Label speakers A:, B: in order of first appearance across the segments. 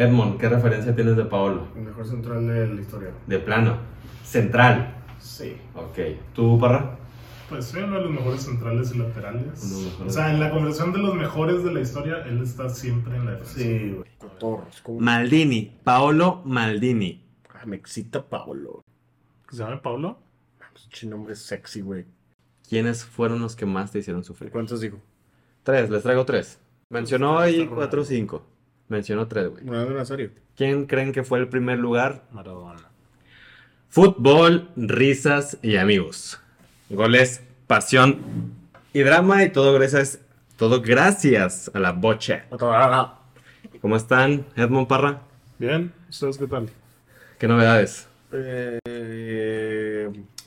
A: Edmond, ¿qué referencia tienes de Paolo?
B: El mejor central de la historia.
A: De plano. Central.
B: Sí.
A: Ok. ¿Tú, Parra?
C: Pues soy uno de los mejores centrales y laterales.
A: Uno de los mejores.
C: O sea, en la conversación de los mejores de la historia, él está siempre en la defensa.
B: Sí, güey.
D: Cotorros, ¿cómo?
E: Maldini, Paolo Maldini.
D: Ah, me excita Paolo.
F: ¿Se llama Pablo?
D: Pinche nombre sexy, güey.
E: ¿Quiénes fueron los que más te hicieron sufrir?
D: ¿Cuántos dijo?
E: Tres, les traigo tres. Mencionó ahí
C: Está raro.
E: cuatro o cinco. Mencionó tres, güey.
D: Ronaldo Nazario.
E: ¿Quién creen que fue el primer lugar?
F: Maradona.
E: Fútbol, risas y amigos. Goles, pasión y drama y todo gracias, todo gracias a la bocha. ¿Cómo están, Edmond Parra?
F: Bien, ¿ustedes qué tal?
E: ¿Qué novedades?
D: Eh,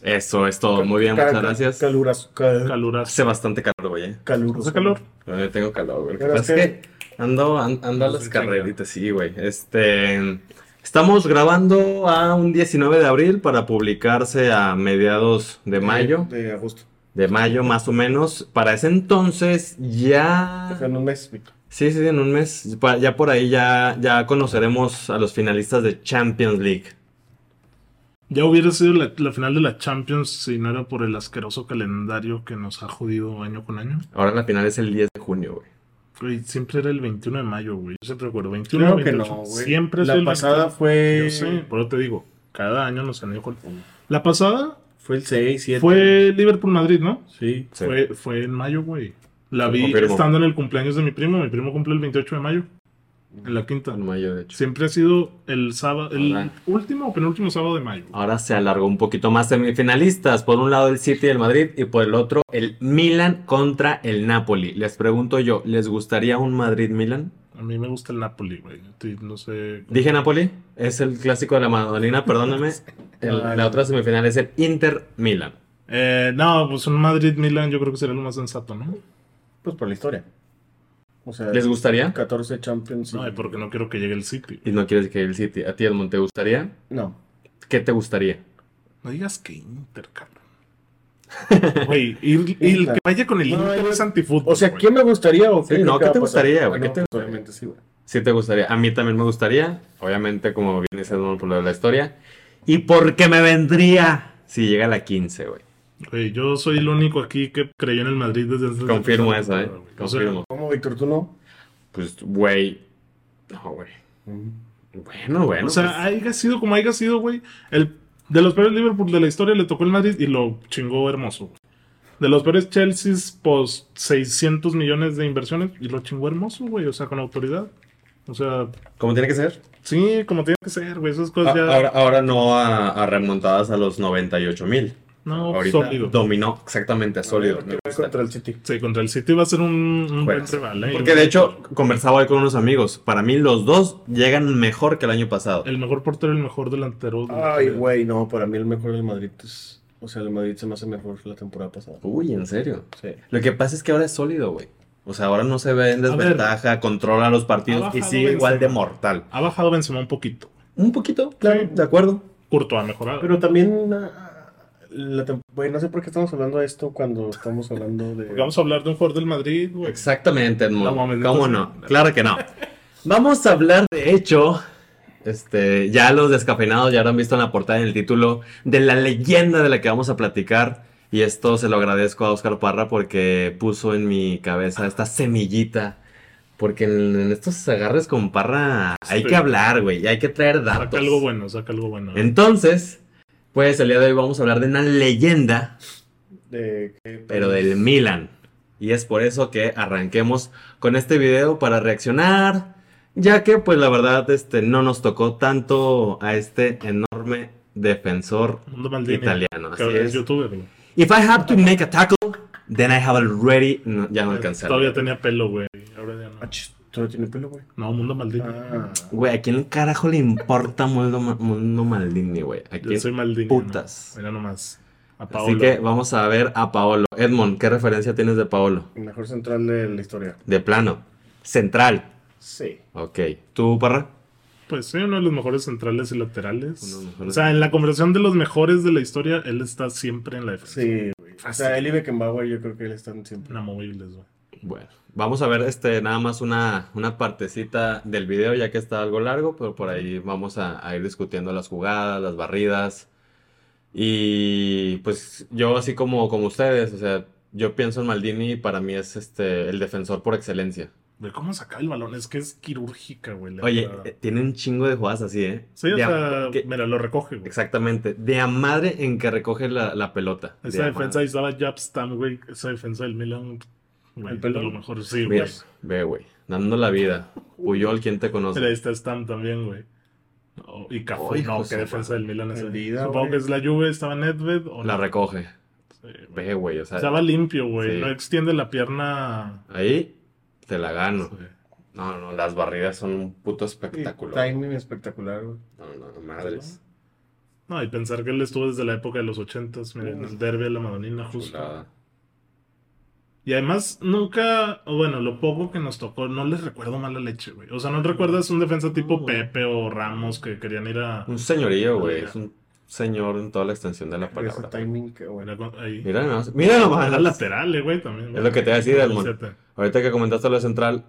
E: Eso es todo. Muy bien, muchas gracias.
D: Caluras, cal-
F: Caluras.
E: Hace bastante calor, güey. ¿eh?
D: caluros.
F: ¿Hace calor?
E: Yo tengo calor, güey. Lo que
D: Pero
E: pasa
D: es
E: es
D: que-
E: que ando, an- ando a las
F: Sí,
E: carreritas, sí, güey. Este, estamos grabando a un 19 de abril para publicarse a mediados de mayo,
D: De agosto.
E: de mayo más o menos. Para ese entonces
D: O
E: ya...
D: sea, en un mes. güey.
E: Sí, sí, en un mes. pa- Ya por ahí ya, ya conoceremos a los finalistas de Champions League.
F: Ya hubiera sido la, la final de la Champions si no era por el asqueroso calendario que nos ha jodido año con año.
E: Ahora la final es el 10 de junio, güey.
F: Güey, siempre era el 21 de mayo, güey. Yo siempre recuerdo. 21
D: Claro que
F: 28.
D: no, güey.
F: Siempre es
D: La
F: el
D: pasada
F: 21.
D: fue.
F: Yo sé, pero te digo, cada año nos han ido La pasada
D: Fue el 6, 7.
F: fue Liverpool-Madrid, ¿no?
D: Sí.
E: Sí.
F: Fue, fue en mayo, güey. La
E: Lo
F: vi
E: confirmo.
F: estando en el cumpleaños de mi primo. Mi primo cumple el 28 de mayo. En la quinta.
E: En mayo, de hecho.
F: Siempre ha sido el sábado, el
E: Ahora.
F: último o penúltimo sábado de mayo.
E: Ahora se alargó un poquito más semifinalistas. Por un lado el City y el Madrid y por el otro el Milan contra el Napoli. Les pregunto yo, ¿les gustaría un Madrid-Milan?
F: A mí me gusta el Napoli, güey. Estoy- No sé.
E: Dije Napoli, es el clásico de la Madolina, perdóname. El- la otra semifinal es el Inter-Milan.
F: Eh, no, pues un Madrid-Milan yo creo que sería lo más sensato, ¿no?
D: Pues por la historia. O sea,
E: ¿Les gustaría?
D: 14 Champions. y-
F: No, porque no quiero que llegue el City.
E: Y no quieres que el City. ¿A ti, Edmond, te gustaría?
D: No.
E: ¿Qué te gustaría?
F: No digas que Inter, cabrón. Güey, ir- y el que vaya con el
D: No,
F: Inter
D: yo-
F: es antifútbol.
D: O sea,
F: güey.
D: ¿quién me gustaría o
E: Sí,
D: qué?
E: no,
D: creo que
E: ¿qué
D: va a
E: te
D: pasar?
E: gustaría, güey?
D: Ah,
E: ¿Qué
D: no,
E: te
D: pues,
E: gustaría?
D: Obviamente sí, güey.
E: Sí te gustaría. A mí también me gustaría. Obviamente, como viene Edmond por lo de la historia. Y porque me vendría si llega la 15, güey.
F: Güey, yo soy el único aquí que creyó en el Madrid desde antes de que
E: Confirmo
F: empezara
E: eso,
F: Pues la
E: eh.
F: temporada, güey.
E: Confirmo.
F: O sea,
D: ¿Cómo, Víctor? ¿Tú no?
E: Pues, güey. No, güey. Bueno, bueno.
F: O sea,
E: pues,
F: haya sido como haya sido, güey. El, de los peores Liverpool de la historia le tocó el Madrid y lo chingó hermoso. güey. De los peores Chelsea post 600 millones de inversiones y lo chingó hermoso, güey. O sea, con autoridad. O sea,
E: ¿Cómo tiene que ser?
F: sí, como tiene que ser, güey. Esas
E: A-
F: cosas Pues ya.
E: ahora, ahora no a, a remontadas a los 98 mil.
F: no,
E: Ahorita
F: sólido.
E: dominó exactamente sólido. me gusta.
D: Contra el City.
F: Sí, contra el City va a ser un, un buen
E: Juegas.
F: rival, ¿eh?
E: Porque de hecho, conversaba hoy con unos amigos. Para mí, los dos llegan mejor que el año pasado.
F: El mejor portero, el mejor delantero.
D: Ay, güey, no, para mí el mejor del Madrid es. O sea, el Madrid se me hace mejor que la temporada pasada.
E: Uy, en serio.
D: Sí.
E: Lo que pasa es que ahora es sólido, güey. O sea, ahora no se ve en
F: A ver.
E: desventaja, controla los partidos
F: Ha
E: y
F: bajado
E: sigue igual de
F: Benzema.
E: mortal.
F: Ha bajado Benzema un poquito.
E: Un poquito, claro, de acuerdo.
F: Curto ha mejorado.
D: Pero también. ah, La tem- güey, no sé por qué estamos hablando de esto cuando estamos hablando de.
F: Porque vamos a hablar de un jugador del Madrid, güey.
E: Exactamente, Edmundo.
F: Pues, No mames,
E: ¿Cómo no?
F: entonces-
E: Claro que no. Vamos a hablar, de hecho, este, ya los descafeinados ya habrán visto en la portada en el título de la leyenda de la que vamos a platicar. Y esto se lo agradezco a Oscar Parra porque puso en mi cabeza esta semillita. Porque en, en estos agarres con Parra hay
F: Sí.
E: que hablar, güey, y hay que traer datos.
F: Saca algo bueno, saca algo bueno. ¿eh?
E: Entonces, pues el día de hoy vamos a hablar de una leyenda
D: de que-
E: pero del
F: Pues.
E: Milan. Y es por eso que arranquemos con este video para reaccionar, ya que pues la verdad este, no nos tocó tanto a este enorme defensor
F: Mundo Maldini.
E: italiano.
F: Que
E: Así
F: ahora es
E: es.
F: youtuber, güey.
E: If I have to make a tackle, then I have already... No, ya no alcancé.
F: Todavía tenía pelo, güey. Ahora ya no.
D: Ah, chis, todavía tiene pelo, güey.
F: No, mundo maldito.
D: Ah.
E: Güey, ¿a quién carajo le importa Mundo, Ma- Mundo Maldini, güey? ¿A
F: Yo
E: quién?
F: soy maldito.
E: putas.
F: Mira nomás. A Paolo.
E: Así que vamos a ver a Paolo. Edmond, ¿qué referencia tienes de Paolo?
D: El mejor central de la historia.
E: De plano. Central.
D: Sí.
E: Ok. ¿Tú, Parra?
F: Pues soy uno de los mejores centrales y laterales.
E: Uno de los mejores.
F: O sea, en la conversación de los mejores de la historia, él está siempre en la defensa.
D: Sí, güey. O sea, él y Beckenbauer, yo creo que él están siempre.
F: Inamovibles, güey.
E: Bueno, Vamos a ver este, nada más una, una partecita del video, ya que está algo largo, pero por ahí vamos a, a ir discutiendo las jugadas, las barridas. Y pues yo, así como, como ustedes, o sea, yo pienso en Maldini y para mí es este, el defensor por excelencia.
F: Güey, ¿cómo saca el balón? Es que es quirúrgica, güey. la
E: Oye,
F: entrada.
E: eh, tiene un chingo de jugadas así, ¿eh?
F: Sí, o
E: De a-
F: sea,
E: que-
F: mira, lo recoge, güey.
E: exactamente. De a madre en que recoge la, la pelota. De
F: Esa
E: a madre.
F: defensa ahí estaba Jabstam, güey. Esa defensa del Milan, güey,
D: El
F: a
D: pelón.
F: lo mejor sí, güey.
E: Mira, ve, güey. Dando la vida. Puyol, ¿quién te conoce?
F: Mira, ahí está Stam también, güey. Oh, y Cafú,
E: Ay,
F: no,
E: José,
F: qué defensa del Milan esa.
D: Perdida,
F: Supongo
D: güey.
F: que es la Juve, estaba Nedved o
E: La
F: no.
E: recoge.
F: Sí, güey.
E: Ve, güey, o sea,
F: Estaba limpio, güey.
E: Sí.
F: No extiende la pierna.
E: ahí te la gano.
F: Sí.
E: No, no, las barridas son un puto espectáculo.
D: Timing espectacular, güey.
E: No, no, no, madres.
F: No, y pensar que él estuvo desde la época de los ochentas, mira, en el derby de la Madonina, justo.
E: Chulada.
F: Y además, nunca, o bueno, lo poco que nos tocó, no les recuerdo mala leche, güey. O sea, ¿no recuerdas un defensa tipo Pepe o Ramos que querían ir a...
E: Un señorío, güey.
F: Mira.
E: Es un señor en toda la extensión de la
D: Ese
E: palabra.
D: timing, que bueno.
F: Mira, con- ahí.
E: Mira nomás. Mira nomás.
F: Era lateral, eh, güey, también.
E: Es lo que te iba a decir, Edmond.
F: Camiseta.
E: Ahorita que comentaste lo de central,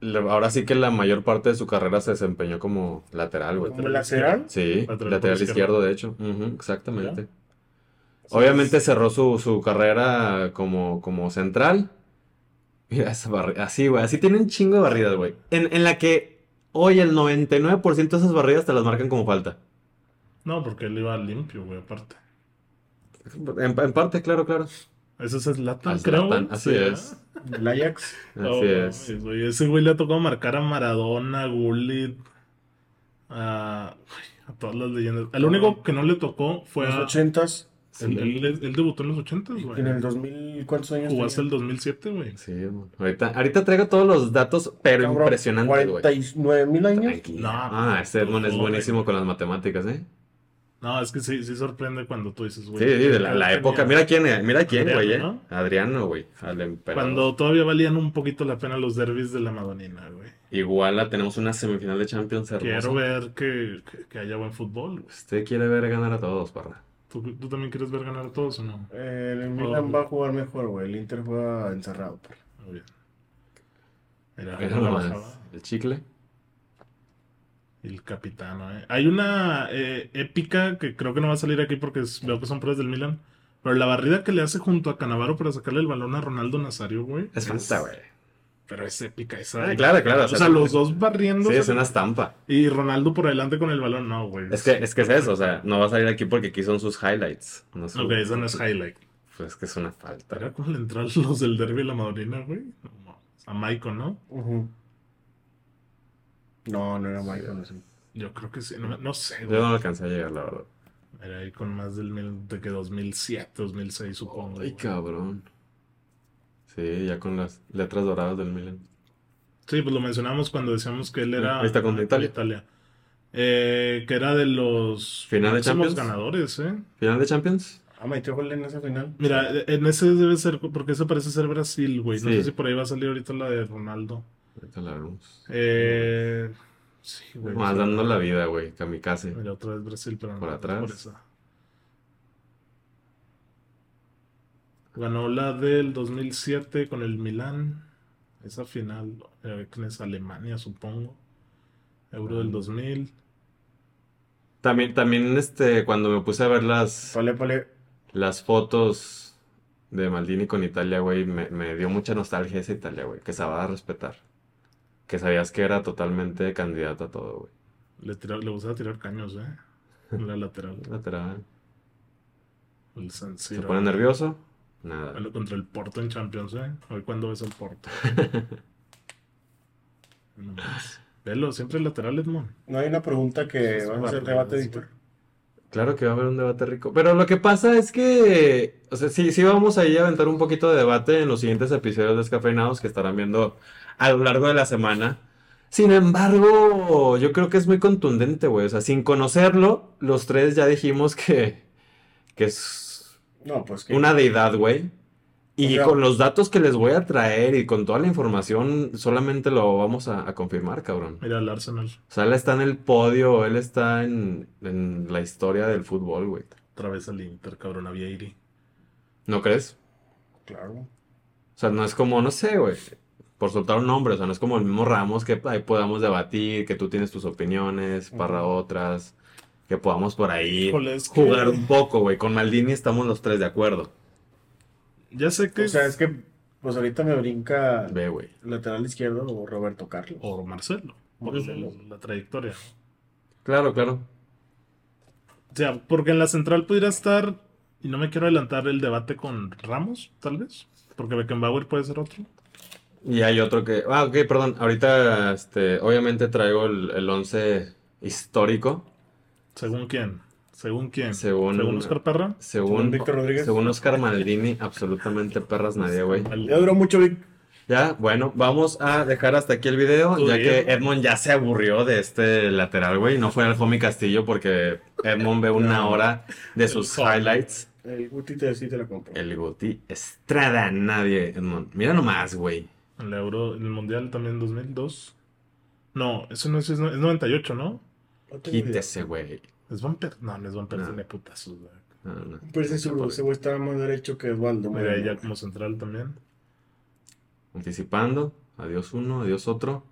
E: le- ahora sí que la mayor parte de su carrera se desempeñó como lateral, güey.
D: ¿Como lateral?
E: Sí,
F: Lateral por
E: lateral
F: izquierda.
E: izquierdo, de hecho. Ujú, exactamente. Obviamente cerró su, su carrera como, como central. Mira, esa barri- así, güey. Así tiene un chingo de barridas, güey. En, en la que hoy el 99% de esas barridas te las marcan como falta.
F: No, porque él iba limpio, güey, aparte.
E: En, en parte, claro, claro.
F: Ese es Zlatan,
E: Ah,
F: creo.
E: Zlatan,
F: güey. ¿eh?
E: así
F: ¿verdad?
E: es.
D: El Ajax.
E: Así
F: Oh,
E: es.
F: mames, güey. Ese güey le ha tocado marcar a Maradona, a Gullit, a, ay, a todas las leyendas. El único que no le tocó fue
D: Los
F: a...
D: ochentas.
F: Él, él- él debutó en los 80, güey.
D: En el 2000, ¿cuántos años
F: Jugó hasta el
D: tenía?
F: 2007, güey.
E: Sí, güey. ahorita, ahorita traigo todos los datos, pero
D: Cabrón,
E: impresionantes, güey.
D: 49 mil años.
E: Tranquilo.
F: No,
E: ah, este
F: por
E: Edmond es
F: favor,
E: buenísimo
F: güey.
E: con las matemáticas, ¿eh?
F: No, es que sí, sí sorprende cuando tú dices,
E: Sí,
F: güey.
E: sí, de la,
F: él
E: la
F: tenía-
E: época. Mira quién, eh, mira quién, güey, ¿eh?
F: Adriano,
E: Adriano, güey, al emperador.
F: Cuando todavía valían un poquito la pena los derbis de la Madonina, güey.
E: Igual la tenemos una semifinal de Champions hermosa.
F: Quiero ver que, que- que haya buen fútbol, güey.
E: Usted quiere ver ganar a todos, parra.
F: ¿Tú, tú también quieres ver ganar a todos o no?
D: Eh, El Milan va a jugar mejor, güey. El Inter juega encerrado. pero-
F: Muy bien.
E: Mira
F: Mira, ahí Ah, la
E: nomás,
F: bajaba.
E: El chicle.
F: El capitano, eh. Hay una eh, épica que creo que no va a salir aquí porque es- veo que son pruebas del Milan. Pero la barrida que le hace junto a Canavaro para sacarle el balón a Ronaldo Nazario, güey.
E: Es falta, güey.
F: Pero es épica esa.
E: Ah, claro, claro.
F: O sea, los dos barriendo
E: Sí, es una estampa.
F: y Ronaldo por adelante con el balón. No, güey.
E: Es que, es que es eso, o sea, no va a salir aquí porque aquí son sus highlights. No su-
F: Ok, esa no es highlight.
E: Pues es que es una falta.
F: Era como le entrar los del derby de la Madonina, güey. No, no. A Maicon, ¿no?
D: Ujú. No, no era Michael. sí.
F: Yo creo que sí. No, no sé,
E: Yo
F: güey.
E: no alcancé a llegar, la verdad.
F: Era ahí con más del mil- de que 2007, 2006, supongo.
E: Ay,
F: Oh, güey.
E: cabrón. Sí, ya con las letras doradas del Milan.
F: Sí, pues lo mencionamos cuando decíamos que él era.
E: Ahí está con
F: ah,
E: Italia.
F: Eh, que era de los
E: Final de
F: máximos
E: Champions.
F: ganadores, ¿eh?
E: ¿Final de Champions?
D: Ah, metió gol en esa final.
F: Mira, en ese debe ser, porque ese parece ser Brasil, güey. No
E: Sí.
F: sé si por ahí va a salir ahorita la de Ronaldo.
E: Ahorita la vemos.
F: Eh, sí, güey.
E: Más dando la vida, güey. Kamikaze.
F: Mira, otra vez Brasil, pero no.
E: Por
F: no es
E: atrás.
F: esa. Ganó la del 2007 con el Milán. Esa final, eh, ¿quién es? Alemania, supongo. Euro
E: Ah.
F: del 2000.
E: También, también, este, cuando me puse a ver las,
D: Pale, pale.
E: las fotos de Maldini con Italia, güey, me, me dio mucha nostalgia esa Italia, güey, que sabía respetar. Que sabías que era totalmente candidata a todo, güey.
F: Le, tira- le gustaba tirar caños, ¿eh? En la lateral.
E: Lateral.
F: El San
E: ¿Se
F: Siro.
E: pone nervioso? Nada.
F: Bueno, contra el Porto en Champions, ¿eh? Hoy cuando ves el Porto. No más. Velo, siempre el lateral, Edmond.
D: No hay una pregunta que
F: Esas
D: van a hacer
F: barbaridades,
D: debate, Víctor.
E: Claro que va a haber un debate rico. Pero lo que pasa es que, o sea, sí, sí vamos ahí a aventar un poquito de debate en los siguientes episodios descafeinados que estarán viendo a lo largo de la semana. Sin embargo, yo creo que es muy contundente, güey. O sea, sin conocerlo, los tres ya dijimos que, que es
D: No, pues que.
E: una deidad, güey.
D: O
E: Y
D: sea-
E: con los datos que les voy a traer y con toda la información, solamente lo vamos a, a confirmar, cabrón.
F: Mira el Arsenal.
E: O sea, él está en el podio, él está en, en la historia del fútbol, güey.
F: Otra vez al Inter, cabrón, a Vieri.
E: ¿No crees?
D: Claro.
E: O sea, no es como, no sé, güey. Por soltar un nombre, o sea, no es como el mismo Ramos que ahí podamos debatir, que tú tienes tus opiniones, Parra otras, que podamos por ahí
F: Híjole, es que-
E: jugar un poco, güey. Con Maldini estamos los tres de acuerdo.
F: Ya sé que.
D: O sea, es que pues ahorita me brinca
E: Ve, güey.
D: lateral izquierdo o Roberto Carlos.
F: O Marcelo. Por
D: Marcelo.
F: el- la trayectoria.
E: Claro, claro.
F: O sea, porque en la central pudiera estar. Y no me quiero adelantar el debate con Ramos, tal vez. Porque Beckenbauer puede ser otro.
E: Y hay otro que. Ah, ok, perdón. Ahorita, este, obviamente traigo el, el once histórico.
F: ¿Según quién? ¿Según quién?
E: Según-
F: Oscar Parra?
E: Según,
D: Víctor Rodríguez.
E: según Oscar Maldini, absolutamente perras nadie, güey.
D: Ya duró mucho Vic.
E: Ya, bueno, vamos a dejar hasta aquí el video,
F: Muy
E: ya
F: bien.
E: que Edmond ya se aburrió de este lateral, güey. No fue al Homie Castillo porque Edmond ve una hora de sus
F: Homie.
E: highlights.
D: El Guti te, sí te la compro.
E: El Guti Estrada, nadie, Edmond. Mira nomás, güey.
F: En el Euro, en el Mundial también 2002. No, eso no es, es 98, ¿no?
D: No tengo idea.
E: Quítese, güey.
F: Es Van Per- No, no es Van Persie,
E: No.
F: ni putazos, güey.
E: No, no.
D: Pero Pues ese zurdo, ese güey estaba más derecho que Osvaldo.
F: Mira,
D: Moreno.
F: ya como central también.
E: Anticipando. Adiós uno, adiós otro.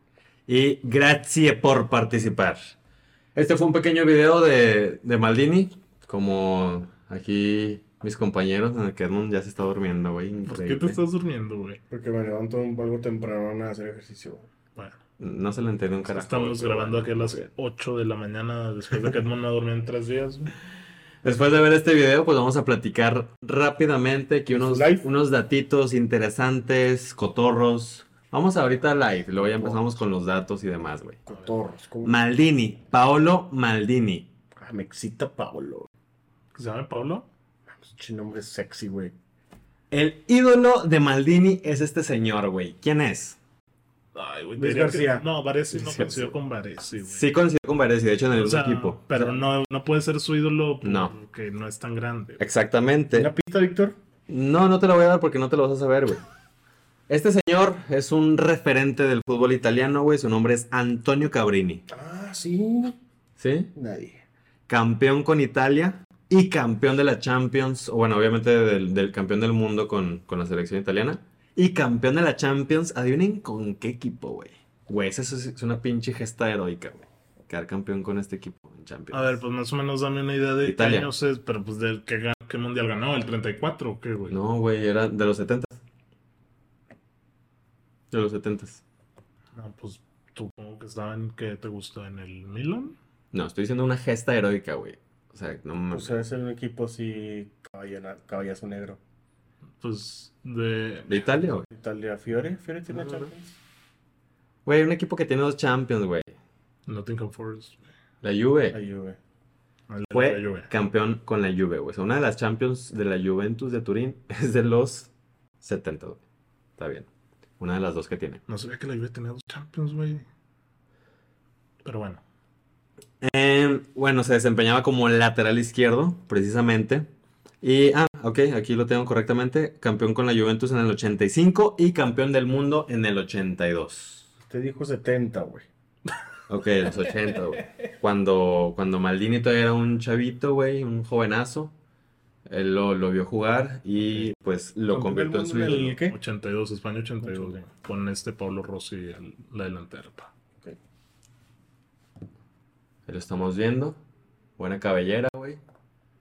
E: Y gracias por participar. Este fue un pequeño video de, de Maldini. Como aquí mis compañeros, en el que Edmond ya se está durmiendo, güey.
F: ¿Por Pues, qué te
E: Increíble.
F: estás durmiendo, güey?
D: Porque me levanto un- algo temprano a hacer ejercicio.
F: Bueno,
E: No se le entendió un carajo.
F: estamos
E: güey, pero
F: grabando aquí a
E: bueno.
F: las 8 de la mañana después de que Edmond no ha dormido en tres días. güey.
E: Después de ver este video, pues vamos a platicar rápidamente aquí unos,
D: Live.
E: unos datitos interesantes, cotorros. Vamos ahorita live, luego ya empezamos con los datos y demás, güey.
D: Cotorros. como-
E: Maldini, Paolo Maldini.
D: Ah, me excita Paolo. Ah, pues,
F: ¿Se llama Pablo?
D: Pinche nombre sexy, güey.
E: El ídolo de Maldini es este señor, güey. ¿Quién es?
F: Ay, güey.
D: Luis
F: diría que-
D: García.
F: No, Varese no
E: Luis García.
F: coincidió con Varese, güey.
E: Sí coincidió con Varese, de hecho en el
F: O sea,
E: mismo equipo.
F: Pero no, no puede ser su ídolo
E: No.
F: porque no es tan grande.
E: Exactamente.
D: ¿Una pista, Víctor?
E: No, no te la voy a dar porque no te lo vas a saber, güey. Este señor es un referente del fútbol italiano, güey. Su nombre es Antonio Cabrini.
D: Ah, sí.
E: ¿Sí?
D: Nadie.
E: campeón con Italia y campeón de la Champions, o bueno, obviamente del, del campeón del mundo con, con la selección italiana, y campeón de la Champions, adivinen con qué equipo, güey. Güey, esa es, es una pinche gesta heroica, güey. Quedar campeón con este equipo en Champions.
F: A ver, pues más o menos dame una idea de
E: Italia.
F: qué años es, pero pues de qué, ga- qué mundial ganó, el 34 o qué, güey.
E: No, güey, era de los 70. De los 70.
F: No, pues supongo que estaban que te gustó en el Milan.
E: No, estoy diciendo una gesta heroica, güey. O sea, no
D: O
E: mames.
D: sea, es un equipo así, caballona- caballazo negro.
F: Pues de.
E: ¿De Italia, güey?
D: Italia, Fiore. Fiore tiene
E: Ah.
F: No, no, no.
D: Champions.
E: Güey, un equipo que tiene dos Champions, güey.
F: Nottingham Forest. güey.
E: La Juve.
D: La Juve.
F: No, el de
E: Fue
F: la Juve.
E: campeón con la Juve, güey. O sea, una de las Champions de la Juventus de Turín es de los 70, güey. Está bien. Una de las dos que tiene.
F: No sabía que la Juve tenía dos Champions, güey. Pero bueno.
E: Eh, bueno, se desempeñaba como lateral izquierdo, precisamente. Y, ah, ok, aquí lo tengo correctamente. Campeón con la Juventus en el 85 y campeón del mundo en el 82.
D: Te dijo 70, güey.
E: Ok, en los 80, güey. Cuando, cuando Maldini todavía era un chavito, güey, un jovenazo. Él lo, lo vio jugar y pues lo
D: Campeón del
E: convirtió en su
D: mundo en el
E: ídolo.
D: ¿Qué?
F: 82, España 82, güey. Con este Pablo Rossi, el- la delantera. pa.
E: Ahí Lo estamos viendo. Buena cabellera, güey.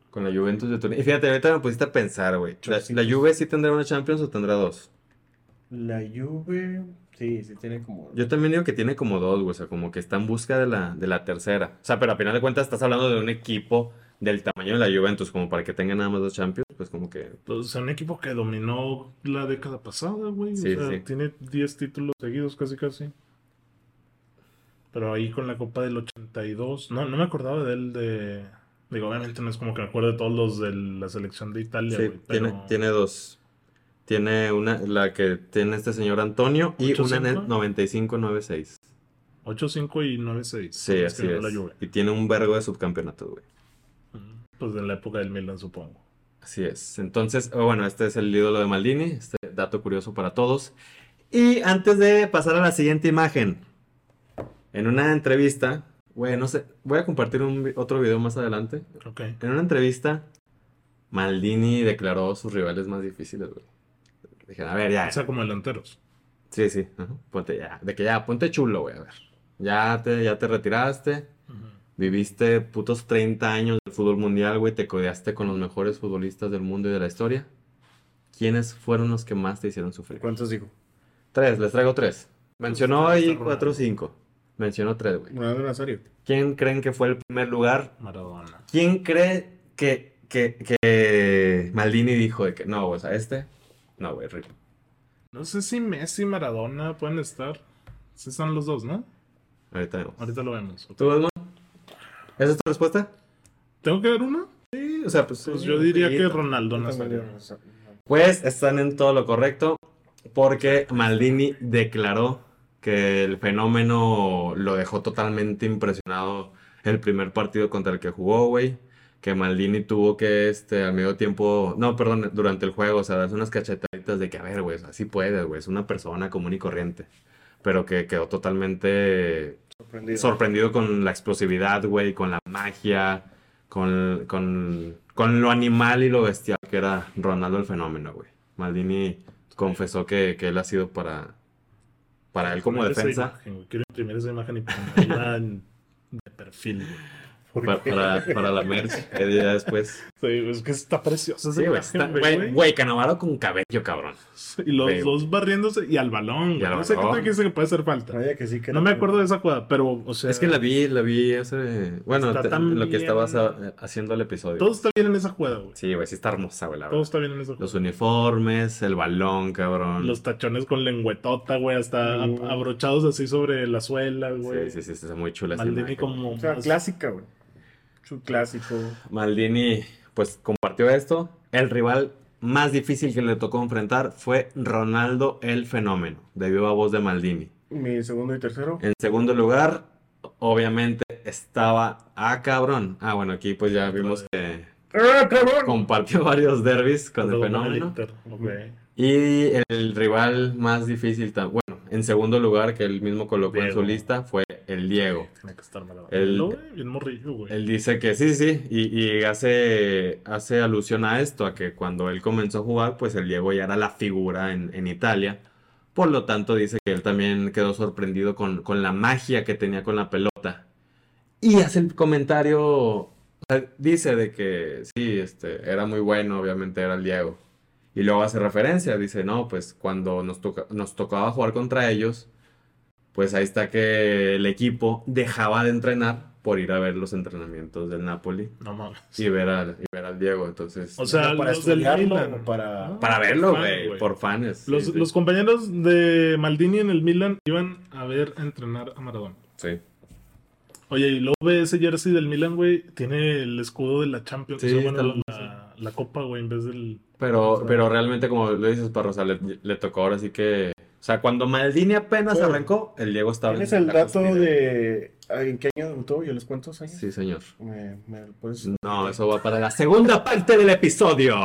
E: Con la Juventus de Turín. Y fíjate, ahorita me pusiste a pensar, güey. ¿La, la Juve sí tendrá una Champions o tendrá dos?
D: La Juve. Sí, sí tiene como.
E: Yo también digo que tiene como dos, güey. O sea, como que está en busca de la, de la tercera. O sea, pero a final de cuentas estás hablando de un equipo del tamaño de la Juventus, como para que tenga nada más dos Champions, pues como que...
F: Entonces, o sea, un equipo que dominó la década pasada, güey.
E: Sí,
F: o sea,
E: sí.
F: tiene 10 títulos seguidos, casi, casi. Pero ahí con la Copa del 82. No, no me acordaba de él de. Digo, obviamente no es como que me acuerdo de todos los de la selección de Italia,
E: Sí,
F: güey.
E: tiene,
F: pero
E: tiene dos. Tiene una, la que tiene este señor Antonio y una en el
F: 8-5.
E: 95-96.
F: 8-5 y 9-6.
E: Sí,
F: es
E: así
F: que ganó la
E: es.
F: Juve.
E: Y tiene un vergo de subcampeonatos, güey.
F: Ujú. Pues en la época del Milan, supongo.
E: Así es. Entonces, oh, bueno, este es el ídolo de Maldini, este dato curioso para todos. Y antes de pasar a la siguiente imagen, en una entrevista, güey, no sé, voy a compartir un vi- otro video más adelante.
F: Ok.
E: En una entrevista, Maldini declaró sus rivales más difíciles, güey. Dijeron, a ver, ya.
F: O sea, como delanteros.
E: Sí, sí. ajá. Ponte ya. De que ya, ponte chulo, güey. A ver. Ya te, ya te retiraste. Viviste putos 30 años del fútbol mundial, güey. Te codeaste con los mejores futbolistas del mundo y de la historia. ¿Quiénes fueron los que más te hicieron sufrir?
D: ¿Cuántos dijo?
E: Tres, les traigo tres. Mencionó
F: Pues, está
E: ahí
F: Ronaldo.
E: cuatro o cinco. Mencionó tres, güey.
D: Ronaldo Nazario.
E: ¿Quién creen que fue el primer lugar?
F: Maradona.
E: ¿Quién cree que, que, que Maldini dijo de que no, o sea, este? No, güey, Rip.
F: No sé si Messi y Maradona pueden estar. Sí están los dos, ¿no?
E: Ahorita vemos.
F: Ahorita lo vemos.
E: ¿Tú, Edmond? ¿Esa es tu respuesta?
F: ¿Tengo que dar una?
E: Sí, o sea, pues.
F: Pues yo diría que
E: Ronaldo.
F: Ronaldo Nazario.
E: Pues están en todo lo correcto, porque Maldini declaró que el fenómeno lo dejó totalmente impresionado el primer partido contra el que jugó, güey. Que Maldini tuvo que, este, al medio tiempo, no, perdón, durante el juego, o sea, darse unas cachetaditas de que, a ver, güey, así puedes, güey, es una persona común y corriente. Pero que quedó totalmente
D: Sorprendido.
E: sorprendido con la explosividad, güey, con la magia, con, con, con lo animal y lo bestial que era Ronaldo el fenómeno, güey. Maldini confesó que, que él ha sido para, para él como
F: Imprimir esa
E: defensa,
F: imagen, güey. Quiero imprimir esa imagen y ponerla en- de perfil. güey.
D: ¿Por
E: pa-
D: qué?
E: para, para la merch, eh, ya después.
F: Sí, güey, es que está preciosa esa
E: Sí, güey,
F: imagen,
E: está-
F: güey,
E: güey,
F: güey.
E: güey, Cannavaro con cabello, cabrón.
F: Y los
E: güey.
F: dos barriéndose y al balón,
E: Y al
F: güey. No sé
E: balón.
F: qué te dice que puede hacer falta.
D: Vaya que sí que
F: No me acuerdo de esa jugada, pero, o sea,
E: es que la vi, la vi hace, bueno,
F: Está
E: te-
F: tan
E: lo que
F: bien.
E: estabas ah, haciendo el episodio.
F: todo está bien en esa jugada, güey.
E: Sí, güey, sí está hermosa, güey, la
F: Todo
E: verdad.
F: está bien en esa jugada.
E: Los uniformes, el balón, cabrón.
F: Los tachones con lengüetota, güey, hasta ab-
D: Mm.
F: abrochados así sobre la suela, güey.
E: sí, sí, sí, está muy chula esa
F: Maldini
E: imagen,
F: como...
D: O sea, clásica, güey. Su clásico.
E: Maldini, pues compartió esto. El rival más difícil que le tocó enfrentar fue Ronaldo el Fenómeno, de viva voz de Maldini.
D: Mi segundo y tercero.
E: En segundo lugar, obviamente estaba. Ah, cabrón. Ah, bueno, aquí pues ya vimos que
D: ¡Ah, cabrón!
E: compartió varios derbis con el
F: Todo mal
E: Fenómeno.
F: Inter, güey.
E: Y el rival más difícil, tam- bueno, en segundo lugar, que él mismo colocó en su
F: Diego.
E: lista, fue el Diego.
F: Tiene que estar mal.
E: El-
F: No, güey, bien morrillo, güey.
E: Él dice que sí, sí, y, y hace, hace alusión a esto, a que cuando él comenzó a jugar, pues el Diego ya era la figura en, en Italia. Por lo tanto, dice que él también quedó sorprendido con, con la magia que tenía con la pelota. Y hace el comentario, o sea, dice de que sí, este, era muy bueno, obviamente era el Diego. Y luego hace referencia, dice, no, pues cuando nos, toca- nos tocaba jugar contra ellos, pues ahí está que el equipo dejaba de entrenar por ir a ver los entrenamientos del Napoli
F: No mames.
E: y ver al, y ver al Diego. Entonces,
F: O sea,
D: para
F: los del
D: estudiarlo
F: Milan.
D: o para-
F: Ah,
E: para verlo,
F: fan,
E: güey, por fans.
F: Los,
E: sí, sí.
F: los compañeros de Maldini en el Milan iban a ver a entrenar a Maradona.
E: Sí.
F: Oye, y luego ve ese jersey del Milan, güey. Tiene el escudo de la Champions.
E: Sí,
F: o sea, bueno,
E: está
F: la, la copa, güey, en vez del.
E: Pero, pero realmente, como lo dices, Parro, o sea, le, le tocó ahora sí que. O sea, cuando Maldini apenas
D: Bueno,
E: arrancó, el Diego estaba en
D: ¿Tienes el
E: la
D: dato
E: cúspide.
D: de ah, en qué año debutó y a los cuántos años?
E: Sí, señor.
D: Me, me- pues,
E: No, eso va para la segunda parte del episodio.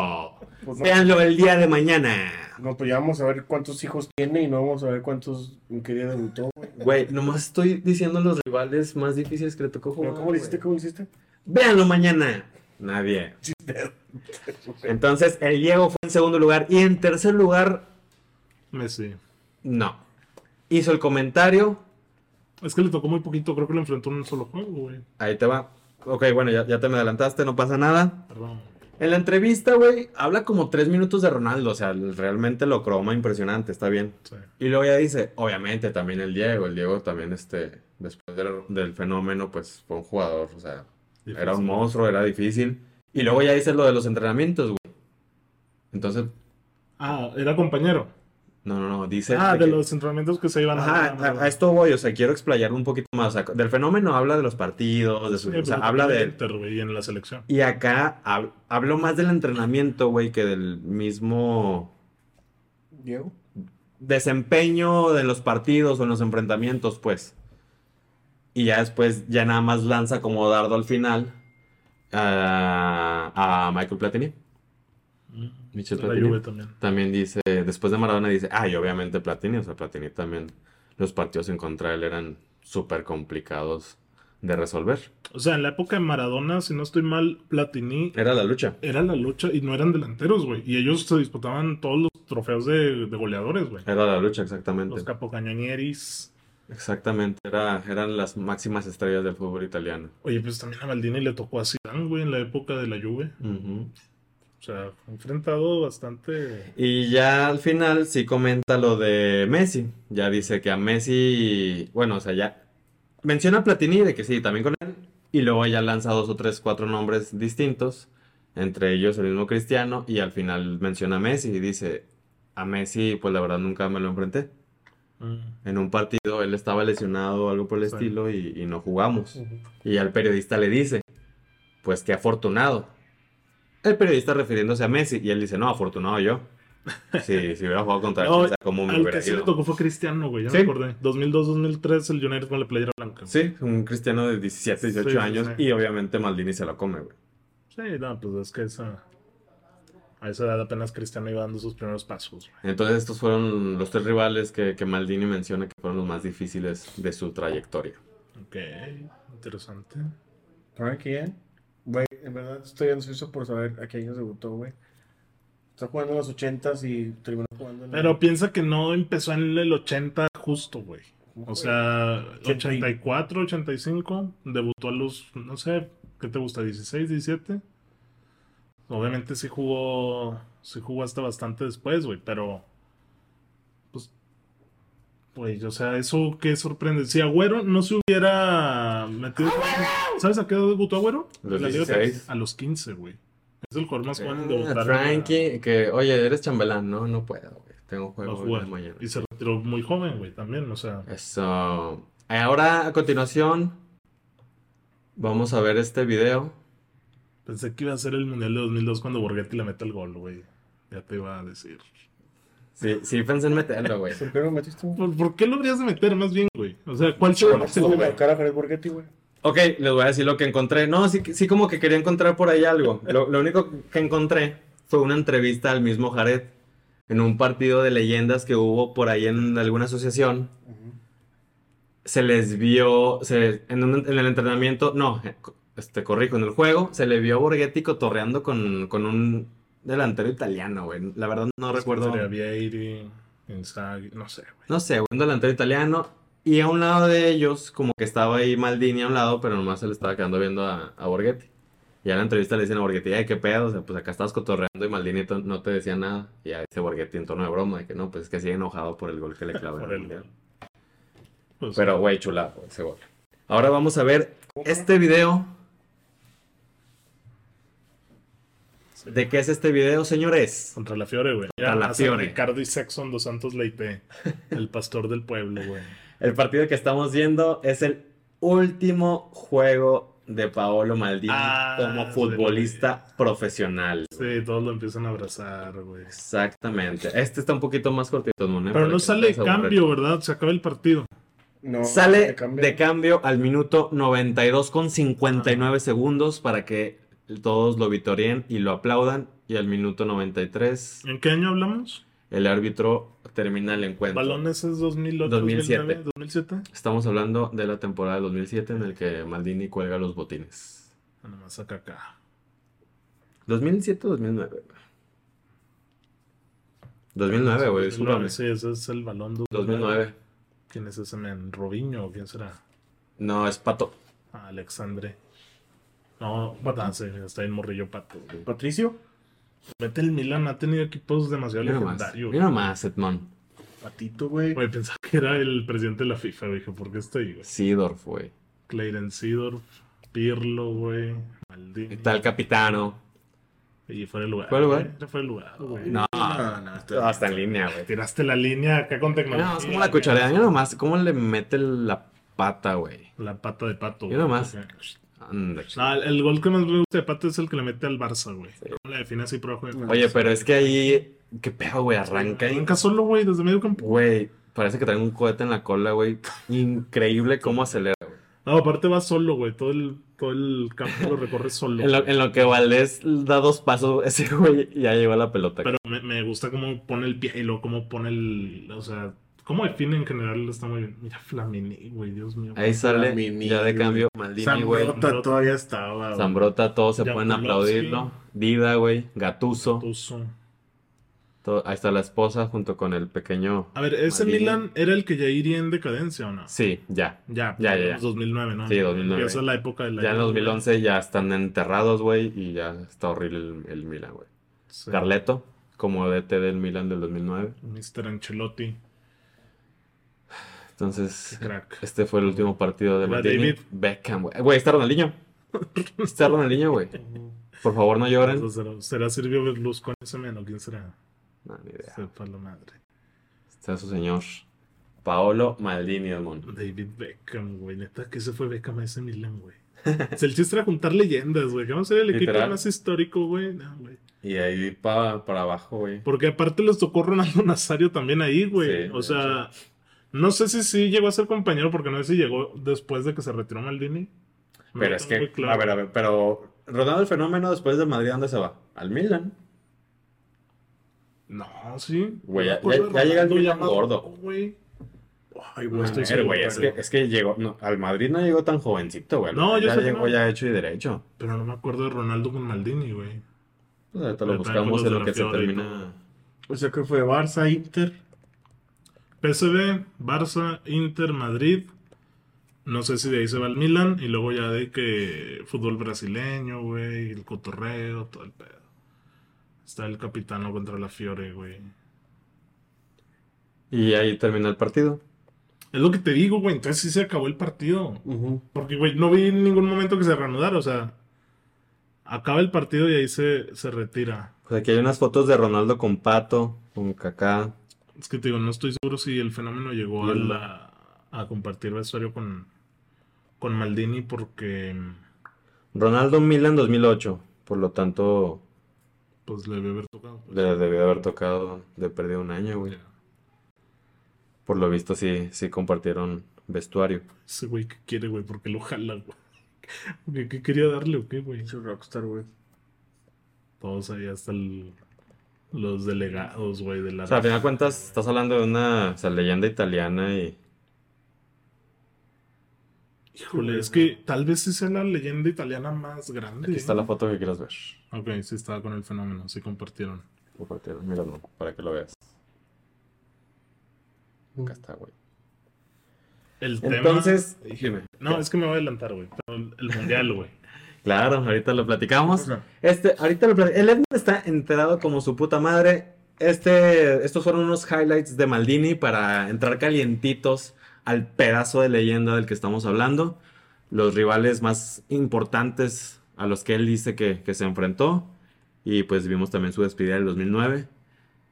D: pues no,
E: Véanlo el día de mañana.
D: no, pues ya vamos a ver cuántos hijos tiene y no vamos a ver cuántos en qué día debutó, güey.
E: Güey, nomás estoy diciendo los rivales más difíciles que le tocó jugar.
D: Pero ¿Cómo lo hiciste?
E: güey.
D: ¿Cómo lo hiciste?
E: Véanlo mañana. Nadie. Entonces, el Diego fue en segundo lugar. Y en tercer lugar,
F: Messi.
E: no. Hizo el comentario.
F: Es que le tocó muy poquito. Creo que lo enfrentó en un solo juego, güey.
E: Ahí te va. Ok, bueno, ya, ya te me adelantaste, no pasa nada.
F: Perdón.
E: En la entrevista, güey, habla como tres minutos de Ronaldo. O sea, realmente lo croma impresionante, está bien.
F: Sí.
E: Y luego ya dice, obviamente también el Diego. El Diego también, este, después del, del fenómeno, pues fue un jugador. O sea, Era un monstruo, era difícil. Y luego ya dices lo de los entrenamientos, güey. Entonces,
F: Ah, era compañero.
E: no, no, no, dice...
F: ah, de
E: que-
F: los Ah, entrenamientos que se iban a-
E: Ajá, a,
F: a.
E: este, a esto voy, o sea, quiero explayar un poquito más. O sea, del fenómeno habla de los partidos, de su...
F: Sí,
E: o sea,
F: pero
E: habla
F: también
E: de...
F: Inter, güey, y en la selección.
E: Y acá hab- habló más del entrenamiento, güey, que del mismo
D: Diego.
E: desempeño de los partidos o en los enfrentamientos, pues. Y ya después, ya nada más lanza como dardo al final a, a Michael Platini. Michel
F: La
E: Platini.
F: Juve también.
E: También dice, después de Maradona dice, ay, obviamente Platini, o sea, Platini también, los partidos en contra de él eran súper complicados de resolver.
F: O sea, en la época de Maradona, si no estoy mal, Platini
E: Era la lucha.
F: era la lucha y no eran delanteros, güey. Y ellos se disputaban todos los trofeos de, de goleadores, güey.
E: Era la lucha, exactamente.
F: Los capocañonieris.
E: Exactamente, era, eran las máximas estrellas del fútbol italiano.
F: Oye, pues también a Maldini le tocó a Zidane, güey, en la época de la Juve.
E: Ujú.
F: O sea, fue enfrentado bastante...
E: Y ya al final sí comenta lo de Messi. Ya dice que a Messi, bueno, o sea, ya menciona a Platini de que sí, también con él. Y luego ya lanza dos o tres, cuatro nombres distintos, entre ellos el mismo Cristiano. Y al final menciona a Messi y dice, a Messi pues la verdad nunca me lo enfrenté. En un partido él estaba lesionado o algo por el
F: Sí.
E: estilo y, y no jugamos. Y al periodista le dice, pues qué afortunado. El periodista refiriéndose a Messi y él dice, no, afortunado yo. Sí, si hubiera jugado contra
F: No,
E: Chelsea, ¿cómo me
F: Al
E: hubiera
F: que sí le
E: ido?
F: tocó fue Cristiano, güey, ya
E: Sí.
F: me acordé. 2002-2003 el United con la playera blanca.
E: Sí, un cristiano de 17, 18
F: Sí, sí,
E: años
F: sí.
E: y obviamente Maldini se lo come, güey.
F: Sí, no, pues es que esa... A esa edad apenas Cristiano iba dando sus primeros pasos, güey.
E: Entonces estos fueron los tres rivales que, que Maldini menciona que fueron los más difíciles de su trayectoria.
F: Ok, interesante.
D: ¿Saben quién? Güey, en verdad estoy ansioso por saber a qué año debutó, güey. Está jugando en los 80s y terminó jugando en
F: Pero piensa que no empezó en el 80 justo, güey. O sea, 84, 85, debutó a los, no sé, ¿qué te gusta? ¿16, 17? Obviamente sí jugó, sí jugó hasta bastante después, güey, pero... Pues, güey, o sea, eso qué sorprende. Si Agüero no se hubiera metido... ¿Sabes a qué edad debutó Agüero?
E: A los
F: En la Liga
E: 16.
F: Francesa. A los 15, güey. Es el jugador más joven en
E: Ah,
F: debutar. en la-
E: Tranqui, que oye, eres chambelán, no, no puedo, güey. Tengo
F: a
E: juego
F: jugar.
E: mañana.
F: Y se retiró muy joven, güey, también, o sea...
E: Eso. Eh, Ahora, a continuación, vamos a ver este video.
F: Pensé que iba a ser el Mundial de 2002 cuando Borghetti le mete el gol, güey. Ya te iba a decir.
E: Sí, sí pensé en meterlo, güey.
D: ¿Por qué no metiste un
F: ¿Por, por qué lo habrías de meter más bien, güey? O sea, ¿cuál se
D: Por cara a Jared Borghetti, güey.
E: Ok, les voy a decir lo que encontré. No, sí, sí como que quería encontrar por ahí algo. Lo, lo único que encontré fue una entrevista al mismo Jared en un partido de leyendas que hubo por ahí en alguna asociación. Se les vio, se- en, un- en el entrenamiento, no, eh, co- este, corrijo, en el juego, se le vio a Borghetti cotorreando con, con un delantero italiano, güey. La verdad no recuerdo.
F: Sería Vieira, Inzaghi, no sé, güey.
E: no sé, un delantero italiano. Y a un lado de ellos, como que estaba ahí Maldini a un lado, pero nomás se le estaba quedando viendo a, a Borghetti. Y a la entrevista le dicen a Borghetti, ay, qué pedo, o sea, pues acá estabas cotorreando y Maldini to- no te decía nada. Y ya dice Borghetti en tono de broma, de que no, pues es que sigue enojado por el gol que le clavó. en
F: Por
E: el
F: el
E: Mundial".
F: gol. Pues,
E: Pero, güey, chulado ese gol. Ahora vamos a ver este video. ¿De qué es este video, señores?
F: Contra la Fiore, güey.
E: Contra
F: Ya
E: la
F: hacen
E: Fiore.
F: Ricardo y Sexton dos Santos Leite. El pastor del pueblo, güey.
E: El partido que estamos viendo es el último juego de Paolo Maldini
F: Ah,
E: como futbolista profesional.
F: Sí, todos lo empiezan a abrazar, güey.
E: Exactamente. Este está un poquito más cortito, Mone,
F: Pero
E: para
F: no
E: que
F: sale
E: estés
F: cambio, ¿verdad? Se acaba el partido.
D: No,
E: Sale
D: te cambia.
E: de cambio al minuto 92 con 59
F: Ah.
E: segundos para que todos lo vitoreen y lo aplaudan. Y al minuto 93
F: ¿En qué año hablamos?
E: el árbitro termina el encuentro.
F: Balones es 2008,
E: 2007.
F: 2009, 2007.
E: Estamos hablando de la temporada del 2007 en el que Maldini cuelga los botines.
F: Ah, Nomás acá acá.
E: 2007 o 2009. 2009, güey, discúlpame.
F: Sí, ese es el balón. de
E: 2009.
F: ¿Quién es ese men? ¿Robinho? o ¿Quién será?
E: No, es Pato.
F: Ah, Alexandre. No, Patán, sí, está en morrillo pato. güey.
D: Patricio.
F: Vete el Milan, ha tenido equipos demasiado
E: Mira nomás.
F: legendarios.
E: Mira nomás, Edmond.
D: Patito, güey.
F: Güey, pensaba que era el presidente de la FIFA, güey. Dije, ¿por qué estoy, güey?
E: Sidorf, güey.
F: Clayton Seedorf, Pirlo, güey. Maldini.
E: Y Tal Capitano.
F: Y fuera el lugar.
E: ¿Cuál lugar?
F: güey, Fuera el lugar, güey.
E: No,
D: No, no, estoy-
E: hasta en línea, güey.
F: Tiraste la línea acá con
E: Mira
F: tecnología.
E: nomás cómo la cucharea. Mira nomás cómo le mete la pata, güey.
F: La pata de pato.
E: Mira
F: güey,
E: nomás.
F: porque-
E: Anda,
F: No, Ah, el, el gol que más me gusta de Pato es el que le mete al Barça, güey.
E: Sí.
F: ¿Cómo la define así, pero juega?
E: Oye, pero es que ahí. ¿Qué pedo, güey? Arranca ahí.
F: Arranca solo, güey, desde medio campo.
E: Güey, parece que trae un cohete en la cola, güey. Increíble cómo acelera, güey.
F: No, aparte va solo, güey. Todo el, todo el campo lo recorre solo.
E: En lo,
F: güey.
E: en lo que Valdés da dos pasos, ese güey ya llegó a la pelota.
F: Pero me, me gusta cómo pone el pie y luego cómo pone el. O sea, cómo define en general está muy bien. Mira, Flamini, güey, Dios mío.
E: Ahí sale,
D: Maldini,
E: ya de
D: güey.
E: cambio, Maldini, güey.
D: Zambrota todavía estaba, güey.
E: Zambrota, todos se
F: Ya
E: pueden
F: Pulowski.
E: aplaudirlo. Dida, güey. Gatuso.
F: Tuzo.
E: To- Ahí está la esposa junto con el pequeño.
F: A ver, ese
E: Madrid.
F: Milan era el que ya iría en decadencia o no?
E: Sí, ya.
F: Ya,
E: Ya, ya, ya.
F: 2009, ¿no?
E: Sí, 2009.
F: Esa es la época de la
E: Ya en
F: Juve.
E: 2011 ya están enterrados, güey, y ya está horrible el, el Milan, güey.
F: Sí.
E: Carleto, como DT del Milan del 2009.
F: Mr. Ancelotti,
E: Entonces,
F: crack.
E: este fue el último partido de
F: Era
E: Maldini.
F: David.
E: Beckham, güey. Güey, está Ronaldinho. Está Ronaldinho, güey. Por favor, no lloren.
F: Eso será, será Silvio Berlusconi con ese men o quién será?
E: No, ni idea.
F: Sepa la madre.
E: Está su señor. Paolo Maldini, Edmond.
F: David Beckham, güey. Neta, que se fue Beckham a ese Milan, güey. Se el chiste era juntar leyendas, güey. Que vamos a ser el equipo
E: Literal.
F: más histórico, güey. No, güey.
E: Y ahí pa- para abajo, güey.
F: Porque aparte les tocó Ronaldo Nazario también ahí, güey.
E: Sí,
F: o sea, no sé si sí llegó a ser compañero, porque no sé si llegó después de que se retiró Maldini. No
E: Pero
F: lo
E: es
F: tengo
E: que,
F: muy claro.
E: a ver, a ver, pero Ronaldo el Fenómeno después del Madrid, ¿a ¿dónde se va? Al Milan.
F: No, sí.
E: Güey, ya-
F: No me acuerdo
E: ya- ya llega el
F: Ronaldo
E: Milan
F: llamado,
E: gordo.
F: güey. Ay,
E: No,
F: güey, estoy
E: a ver,
F: seguro,
E: güey, es que,
F: pero-
E: es que llegó, no, al Madrid no llegó tan jovencito, güey.
F: No, yo
E: ya
F: sé que
E: llegó
F: no.
E: ya hecho y derecho.
F: Pero no me acuerdo de Ronaldo con Maldini, güey.
E: Pues ahorita lo
F: Pero también
E: buscamos
F: con
E: en
F: los
E: lo
F: de
E: que
F: la
E: se
F: Fiore y
E: termina.
D: O sea que fue Barça, Inter.
F: PSV, Barça, Inter, Madrid. No sé si de ahí se va al Milan. Y luego ya de que fútbol brasileño, güey. El cotorreo, todo el pedo. Está el capitano contra la Fiore, güey.
E: Y ahí terminó el partido.
F: Es lo que te digo, güey. Entonces sí se acabó el partido. Porque, güey, no vi en ningún momento que se reanudara. O sea, acaba el partido y ahí se, se retira.
E: Pues aquí hay unas fotos de Ronaldo con Pato, con Kaká.
F: Es que te digo, no estoy seguro si el fenómeno llegó a,
E: Y el-
F: la- a compartir vestuario con, con Maldini porque
E: Ronaldo Milan 2008. Por lo tanto,
F: pues le debió haber tocado. pues.
E: le debió haber tocado de perder un año, güey. Por lo visto, sí, sí compartieron vestuario.
F: Ese güey que quiere, güey, porque lo jala, güey. ¿Qué, qué quería darle o qué, güey?
D: Pinche rockstar, güey.
F: Todos ahí hasta el- los delegados, güey, de la...
E: O sea, al final de cuentas, estás hablando de una o sea, leyenda italiana y.
F: Híjole, es que tal vez sí sea la leyenda italiana más grande.
E: Aquí está
F: ¿eh?
E: la foto que quieras ver.
F: Ok, sí estaba con el fenómeno, sí compartieron.
E: Compartieron, míralo, para que lo veas. Acá está, güey.
F: El tema...
E: Entonces, dime.
F: No, es que me voy a adelantar, güey. pero El el mundial, güey.
E: Claro, ahorita lo platicamos.
D: sea,
E: Este, ahorita lo platicamos. El Edna está enterado como su puta madre. Este, estos fueron unos highlights de Maldini para entrar calientitos al pedazo de leyenda del que estamos hablando. Los rivales más importantes a los que él dice que, que se enfrentó. Y pues vimos también su despedida del 2009.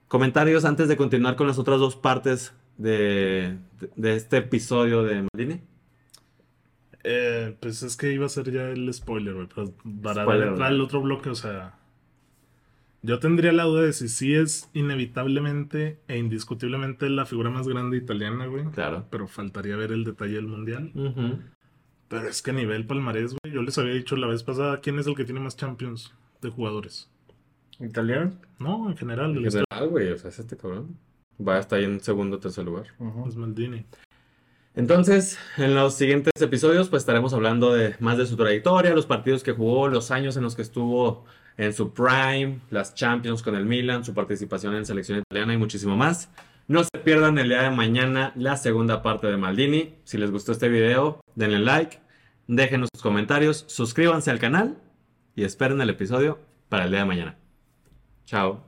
E: Comentarios antes de continuar con las otras dos partes de, de- de este episodio de Maldini.
F: Eh, pues es que iba a ser ya el spoiler, güey. Pero para
E: Spoiler,
F: entrar
E: güey.
F: al otro bloque, o sea. Yo tendría la duda de si sí es inevitablemente e indiscutiblemente la figura más grande italiana, güey.
E: Claro.
F: Pero faltaría ver el detalle del mundial. Pero es que a nivel palmarés, güey. Yo les había dicho la vez pasada quién es el que tiene más champions de jugadores.
D: ¿Italiano?
F: No, en general,
E: En
F: el historia
E: general, güey, o sea, es este cabrón. Va a estar ahí en segundo o tercer lugar.
F: es Maldini.
E: Entonces, en los siguientes episodios, pues estaremos hablando de más de su trayectoria, los partidos que jugó, los años en los que estuvo en su prime, las Champions con el Milan, su participación en selección italiana y muchísimo más. No se pierdan el día de mañana la segunda parte de Maldini. Si les gustó este video, denle like, déjenos sus comentarios, suscríbanse al canal y esperen el episodio para el día de mañana. Chao.